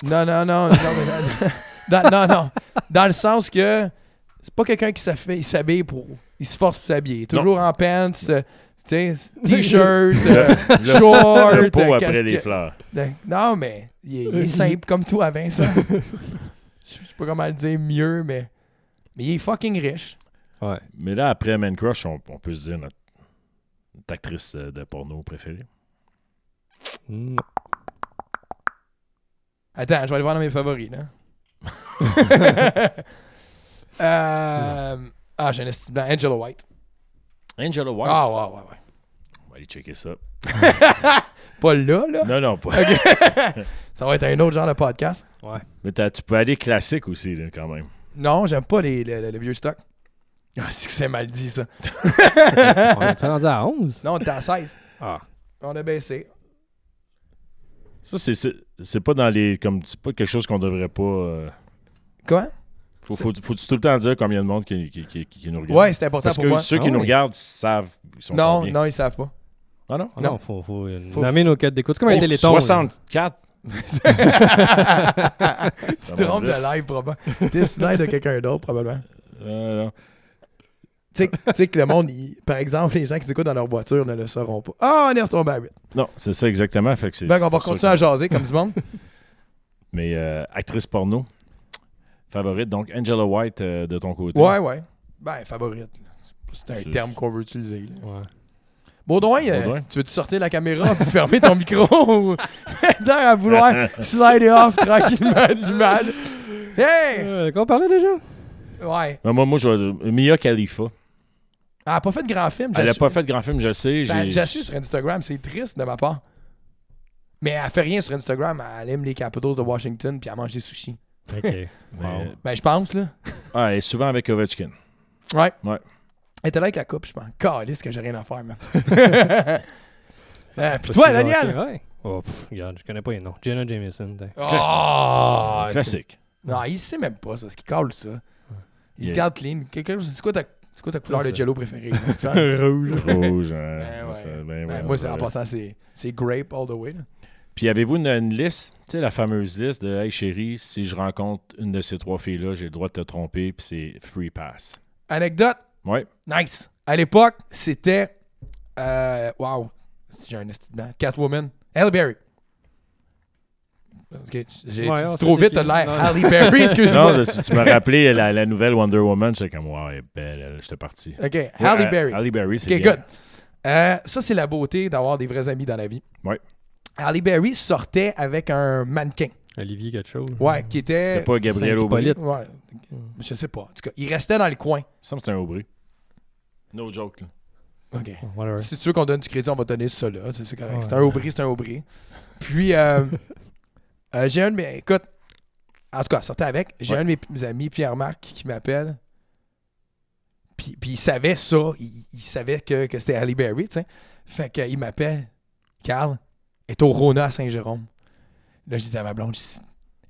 Non, non, non. non, mais dans- dans- non, non. Dans le sens que c'est pas quelqu'un qui s'affa- il s'habille pour. Il se force pour s'habiller. Toujours en pants, euh, (laughs) tu sais, t-shirt, euh, (laughs) le- (laughs) short. le pot euh, après les casquette. fleurs. Donc, Non, mais il est, il (laughs) est simple comme toi, Vincent. Je sais pas comment le dire mieux, mais. Mais il est fucking riche. Ouais. Mais là, après Man Crush, on, on peut se dire notre, notre actrice euh, de porno préférée. Non. Attends, je vais aller voir dans mes favoris, là. Euh, Ah, j'ai un esti de blanc. Angela White. Angela White. Ah, ouais, ouais, ouais. On va aller checker ça. Pas là, là. Non, non, pas. (laughs) Ça va être un autre genre de podcast. Ouais. Mais t'as- tu peux aller classique aussi, là, quand même. Non, j'aime pas les, le, le- le vieux stock. Ah, c'est que c'est mal dit, ça. (laughs) On est rendu à 11. Non, (laughs) on était à 16. Ah. On a baissé. Ça, c'est- c'est c'est pas dans les. comme C'est pas quelque chose qu'on devrait pas. euh, Quoi? faut, faut, faut tout le temps dire combien de monde qui, qui, qui, qui nous regarde. Ouais, c'est important Parce pour que moi. ceux qui Ah nous oui. regardent savent. Ils sont Non, combien. non, ils (laughs) savent pas. Ah non? Non, Non. faut, faut, euh, Faut- nommer nos codes d'écoute. C'est comme un Oh, téléthon. là. 64. tu te va trompes vite. de live, probablement. T'es sous l'aide de quelqu'un d'autre, probablement. Euh, non. Tu sais- tu sais que le monde, il- par exemple, les gens qui s'écoutent dans leur voiture ne le sauront pas. Ah, on est retombé à 8. Non, c'est ça exactement. Fait que c'est- Donc, Ben, on va c'est continuer à sûr jaser comme (laughs) du monde. que- Mais euh, actrice porno favorite, donc Angela White euh, de ton côté. Ouais, ouais. Ben, favorite. C'est un C'est- terme qu'on veut utiliser. là. Ouais. Baudouin, euh, Baudouin. tu veux-tu sortir la caméra puis fermer ton micro (laughs) ou l'air à (laughs) vouloir slider off (laughs) (laughs) tranquillement de l'image? Hey! Euh, de quoi on parlait déjà? Ouais. Ouais, Ben, moi, moi, je vais dire Mia Khalifa. Elle n'a pas fait de grand film. Elle n'a j'assu- pas fait de grand film, je le sais. Ben, j'ai- J'assume sur Instagram, c'est triste de ma part. Mais elle fait rien sur Instagram. Elle aime les Capitals de Washington puis elle mange des sushis. (laughs) Ok. mais- euh, Wow. Ben, je pense, là. Ah, elle est souvent avec Ovechkin. Ouais. Ouais. Elle était là avec la coupe, je pense. Calisse que j'ai rien à faire, (laughs) man. Euh, puis toi, Parce que- Daniel! ok, ouais. Oh, pff, regarde, je connais pas les noms. Jenna Jameson. t'es- Oh, Classique. Non, il sait même pas, ça, parce qu'il colle ça. Il se Il- garde clean. Quelqu'un, c'est quoi ta, c'est quoi ta couleur Ça, de c'est- (laughs) jello préférée? (laughs) Rouge. Rouge. Ben hein, ouais. ça, ben Ben, ouais, moi, c'est, voilà. en passant, c'est, c'est grape all the way. là. Puis avez-vous une, une liste, tu sais, la fameuse liste de Hey chérie, si je rencontre une de ces trois filles-là, j'ai le droit de te tromper, puis c'est free pass. Anecdote, Ouais. nice. À l'époque, c'était. Euh, wow. Si j'ai un esti dedans. Catwoman. Halle Berry. Ok, j'ai Ouais, tu on dis sait trop c'est vite, qui. t'as l'air Non. Halle Berry, excuse-moi. Non, là, si tu m'as rappelé la, la nouvelle Wonder Woman, j'étais comme, wow, elle est belle, elle, j'étais parti. ok, Halle Ouais, Berry. Halle Berry, c'est Ok, bien. good. Euh, ça, c'est la beauté d'avoir des vrais amis dans la vie. Ouais. Halle Berry sortait avec un mannequin. Olivier quelque chose. Ouais, qui était. Mmh. C'était pas Gabriel Aubry. Il me Saint-Hippolyte. Ouais, je sais pas. En tout cas, il restait dans le coin. semble que c'était un Aubry. No joke, là. OK. Whatever. Si tu veux qu'on donne du crédit, on va donner ça là. C'est c'est correct. Ouais. C'est un Aubry, c'est un Aubry. Puis, euh, euh, j'ai un de mes. Écoute, en tout cas, sortez avec. J'ai Ouais. un de mes p- mes amis, Pierre-Marc, qui m'appelle. Puis, puis il savait ça. Il, il savait que, que c'était Halle Berry, tu sais. Fait qu'il m'appelle. Carl est au Rona à Saint-Jérôme. Là, je dis à ma blonde, je dis,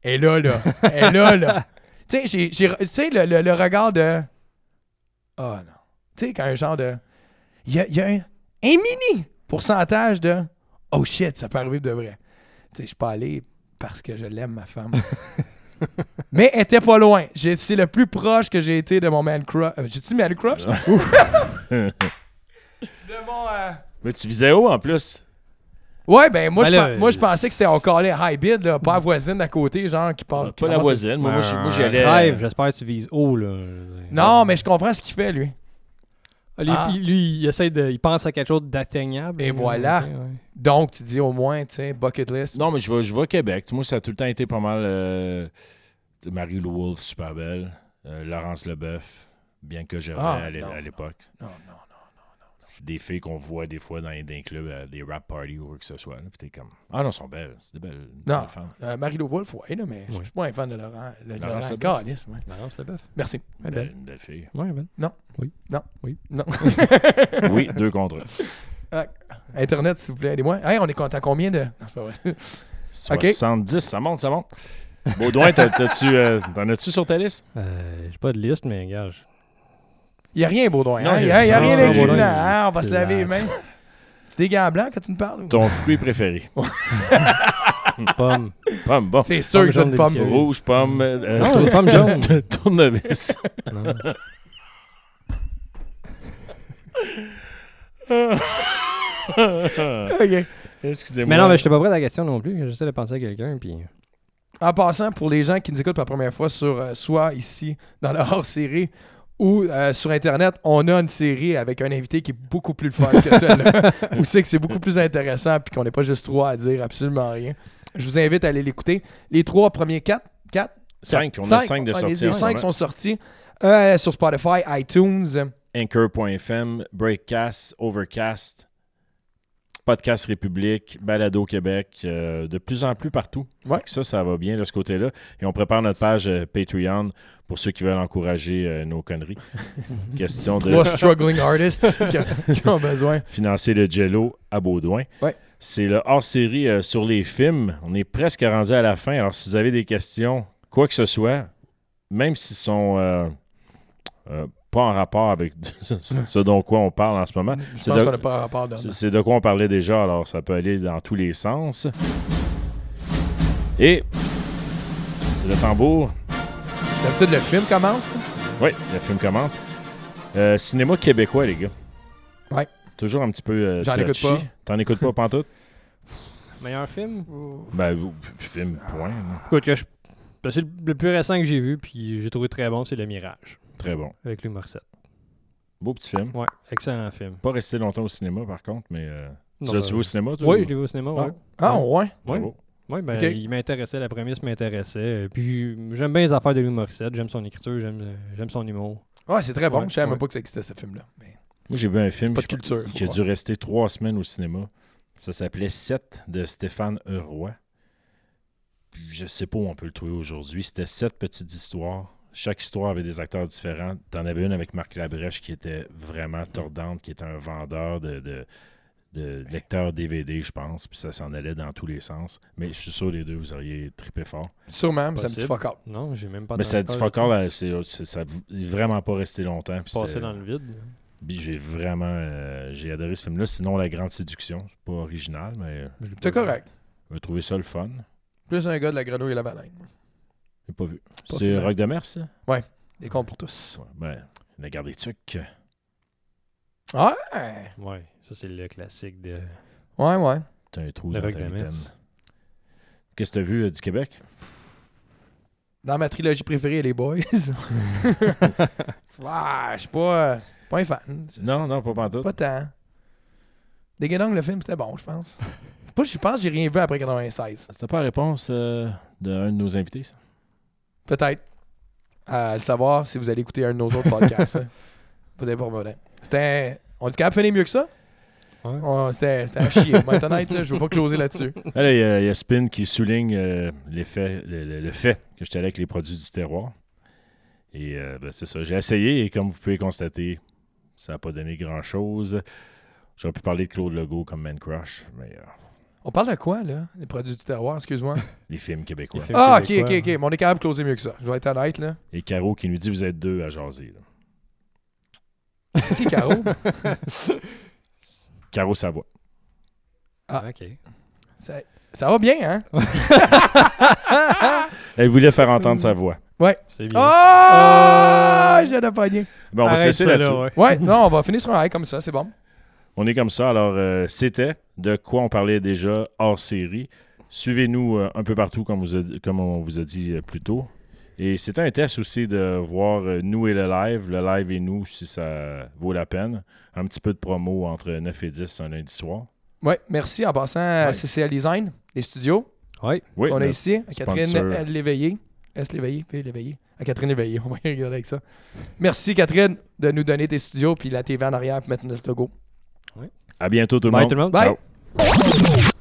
elle est là, là. Elle est là, là. (laughs) Tu sais, j'ai- j'ai- tu sais, le, le- le regard de. Oh non. Tu sais, quand un genre de. Il y a, il y a un, un mini pourcentage de. Oh shit, ça peut arriver de vrai. Tu sais, je suis pas allé parce que je l'aime, ma femme. Mais elle était pas loin. J'ai- C'est le plus proche que j'ai été de mon man crush. Euh, J'ai-tu man crush? de mon. euh, (laughs) Mais tu visais haut en plus. Ouais, ben moi, Ben je, là, pen- moi, je euh, pensais que c'était on collait high bid, là, pas la voisine à côté, genre qui part. qui pas la commence- voisine. Moi, moi, je- moi, j'y allais. Rêve, j'espère que tu vises haut, là. Non, mais je comprends ce qu'il fait, lui. Ah, lui, Ah. il- lui, il essaie de. Il pense à quelque chose d'atteignable. Et là, voilà. tu sais, ouais. Donc, tu dis au moins, tu sais, bucket list. euh, Non, mais je vais, je vais à Québec. Moi, ça a tout le temps été pas mal. euh, tu sais, Marie Lou Wolfe, super belle. Euh, Laurence Leboeuf, bien que j'avais Ah, à l'é- non, à l'époque. Non, non, non. Des filles qu'on voit des fois dans les, dans les clubs, à des rap parties ou quoi que ce soit. là. Puis t'es comme. Ah non, elles sont belles. C'est des belles, des Non. belles femmes. Euh, Marie-Lou Wolfe, ouais, là, mais je Ouais. suis pas un fan de Laurent. Le, Laurent Laurent Seboff. Callis, ouais. Laurence Leboeuf. Merci. Elle est Belle- belle. une belle fille. Ouais, elle est (laughs) (laughs) belle. Oui, deux contre un. Internet, s'il vous plaît, aidez-moi. Hey, on est content combien de. Non, c'est pas vrai. 70, ça monte, ça monte. Baudouin, t'as- t'as-tu, euh, t'en as-tu sur ta liste? Euh, J'ai pas de liste, mais gars, je- (laughs) Il n'y a rien, Baudouin. Non, hein? Il n'y y a, a- il y a non, rien c'est d'incriminant. Baudouin. hein? On va se C'est laver les la- mains. Tu des gants blancs quand tu me parles? ou- Ton fruit préféré? (laughs) pomme. Pomme, bon. (laughs) C'est sûr que j'ai jaune une pomme. délicieux. Rouge, pomme, euh, Non, tour- une (laughs) pomme jaune. (laughs) tournevis. Non. OK. Excusez-moi. Mais non, mais je pas prêt à la question non plus. J'essaie de penser à quelqu'un, (laughs) puis. En passant, pour les gens qui nous écoutent pour la première fois, sur euh, soit ici, dans la hors-série, ou euh, sur Internet, on a une série avec un invité qui est beaucoup plus le fun que celle-là. (laughs) Où c'est que c'est beaucoup plus intéressant puis qu'on n'est pas juste trois à dire absolument rien. Je vous invite à aller l'écouter. Les trois premiers quatre, quatre, 5, on a cinq, 5 de ah, les- sortie. Les, en ce cinq moment. sont sortis euh, sur Spotify, iTunes. Anchor.fm, Breakcast, Overcast, Podcast République, Balado Québec, euh, de plus en plus partout. Ouais. Ça, ça va bien de ce côté-là. Et on prépare notre page euh, Patreon pour ceux qui veulent encourager euh, nos (laughs) conneries. Question de (laughs) (laughs) Trois struggling artists qui, qui ont besoin. financer le Jello à Baudouin. Ouais. C'est le hors-série euh, sur les films. On est presque rendu à la fin. Alors, si vous avez des questions, quoi que ce soit, même s'ils sont euh, euh, pas en rapport avec (laughs) ce dont quoi on parle en ce moment, Je C'est pense de- qu'on n'a pas rapport d'un. c'est c'est de quoi on parlait déjà, alors ça peut aller dans tous les sens. Et c'est le tambour. D'habitude, le film commence. Oui, le film commence. Euh, cinéma québécois, les gars. Ouais. Toujours un petit peu. euh, J'en écoute touchy. pas. T'en écoutes pas, pantoute? Meilleur film Ben, ou- p- film, point. là. Écoute, que je- ben, c'est le le plus récent que j'ai vu, puis j'ai trouvé très bon, c'est Le Mirage, Très bon. avec Louis Morissette. Beau petit film. Ouais, excellent film. Pas resté longtemps au cinéma, par contre, mais. euh, Non, tu l'as-tu ben, vu au cinéma, toi? Oui, je l'ai vu au cinéma, Ah. ouais. Ah, ouais. Ouais. Bravo. Ouais, ben, Ok. il m'intéressait, la première m'intéressait. euh, Puis j'ai- j'aime bien les affaires de Louis Morissette, j'aime son écriture, j'aime euh, j'aime son humour. Ouais, Ah, c'est très bon. Ouais, je savais même ouais. pas que ça existait, ce film-là. Mais Moi, j'ai vu un film pas de je- culture. faut qui a voir. dû rester trois semaines au cinéma. Ça s'appelait 7 de Stéphane Heroy. Puis Je sais pas où on peut le trouver aujourd'hui. C'était sept petites histoires. Chaque histoire avait des acteurs différents. T'en avais une avec Marc Labrèche qui était vraiment tordante, qui était un vendeur de, de, de lecteurs DVD, je pense. Puis ça s'en allait dans tous les sens. Mais je suis sûr, les deux, vous auriez trippé fort. Sûrement, mais ça me dit Possible. fuck up. Non, j'ai même pas Mais dans ça le dit cœur fuck là-dessus. all, là, c'est- c'est- ça n'est vraiment pas resté longtemps. puis Passer c'est- dans le vide. puis j'ai vraiment euh, j'ai adoré ce film-là. Sinon, La Grande Séduction, c'est pas original, mais euh, Je l'ai pas C'est vu. correct. j'ai trouvé ça le fun. Plus un gars de la grenouille et la baleine. J'ai pas vu. Pas C'est fini. Rock de Mer, ça? Des comptes pour tous. Ouais, ben, La Garde des Tucs. Ouais. Ouais, ça c'est le classique de. Ouais, ouais. T'as un trou Le dans Rock ta de Mer. mitaine. Qu'est-ce que t'as vu euh, du Québec? Dans ma trilogie préférée, les boys. ouais, je suis pas, euh, pas un fan. C'est- Non, non, pas c'est pantoute. Pas tant. Des Guédongs, le film, c'était bon, je pense. Pas, je pense que j'ai rien vu après 96. C'était pas la réponse euh, d'un de nos invités, ça? Peut-être. À le savoir si vous allez écouter un de nos autres podcasts. hein. Peut-être pas revenir. C'était. On est capable de finir mieux que ça? Ouais. On- C'était c'était à chier. Moi, honnête, là, je veux pas closer là-dessus. Ah, Là, il y a- il y, a Spin qui souligne euh, l'effet, le, le- le fait que j'étais allé avec les produits du terroir. Et euh, ben, c'est ça. J'ai essayé et comme vous pouvez constater, ça n'a pas donné grand-chose. J'aurais pu parler de Claude Legault comme Man Crush, mais euh, On parle de quoi, là? Les produits du terroir, excuse-moi. les films québécois. Les films. Ah, ok, ok, Québécois, ok. Mais on est capable de closer mieux que ça. Je vais être honnête, là. Et Caro qui nous dit Vous êtes deux à jaser. là. C'est qui, (laughs) Caro? Caro Savoie. Ah. (laughs) Ok. ça, ça va bien, hein? Elle voulait faire entendre Mmh. sa voix. C'est bien. Oh! J'ai le pogné. Bon, on va Arrête se laisser ça, là, là-dessus. Ouais, ouais. non, on va finir sur un high comme ça, c'est bon. On est comme ça. Alors, euh, c'était de quoi on parlait déjà hors série. Suivez-nous euh, un peu partout, comme, vous a- comme on vous a dit euh, plus tôt. Et c'est un test aussi de voir euh, nous et le live, le live et nous, si ça vaut la peine. Un petit peu de promo entre 9 et 10 un lundi soir. Ouais, merci en passant à Ouais. CCL Design, les studios. Oui. Oui, On le- est ici, à sponsor. Catherine euh, Léveillé. S. Léveillé, P. Léveillé. À Catherine Léveillé, (laughs) on va y regarder avec ça. Merci Catherine de nous donner tes studios puis la TV en arrière pour mettre notre logo. à bientôt tout le Bye monde. tout le monde. Bye! Ciao.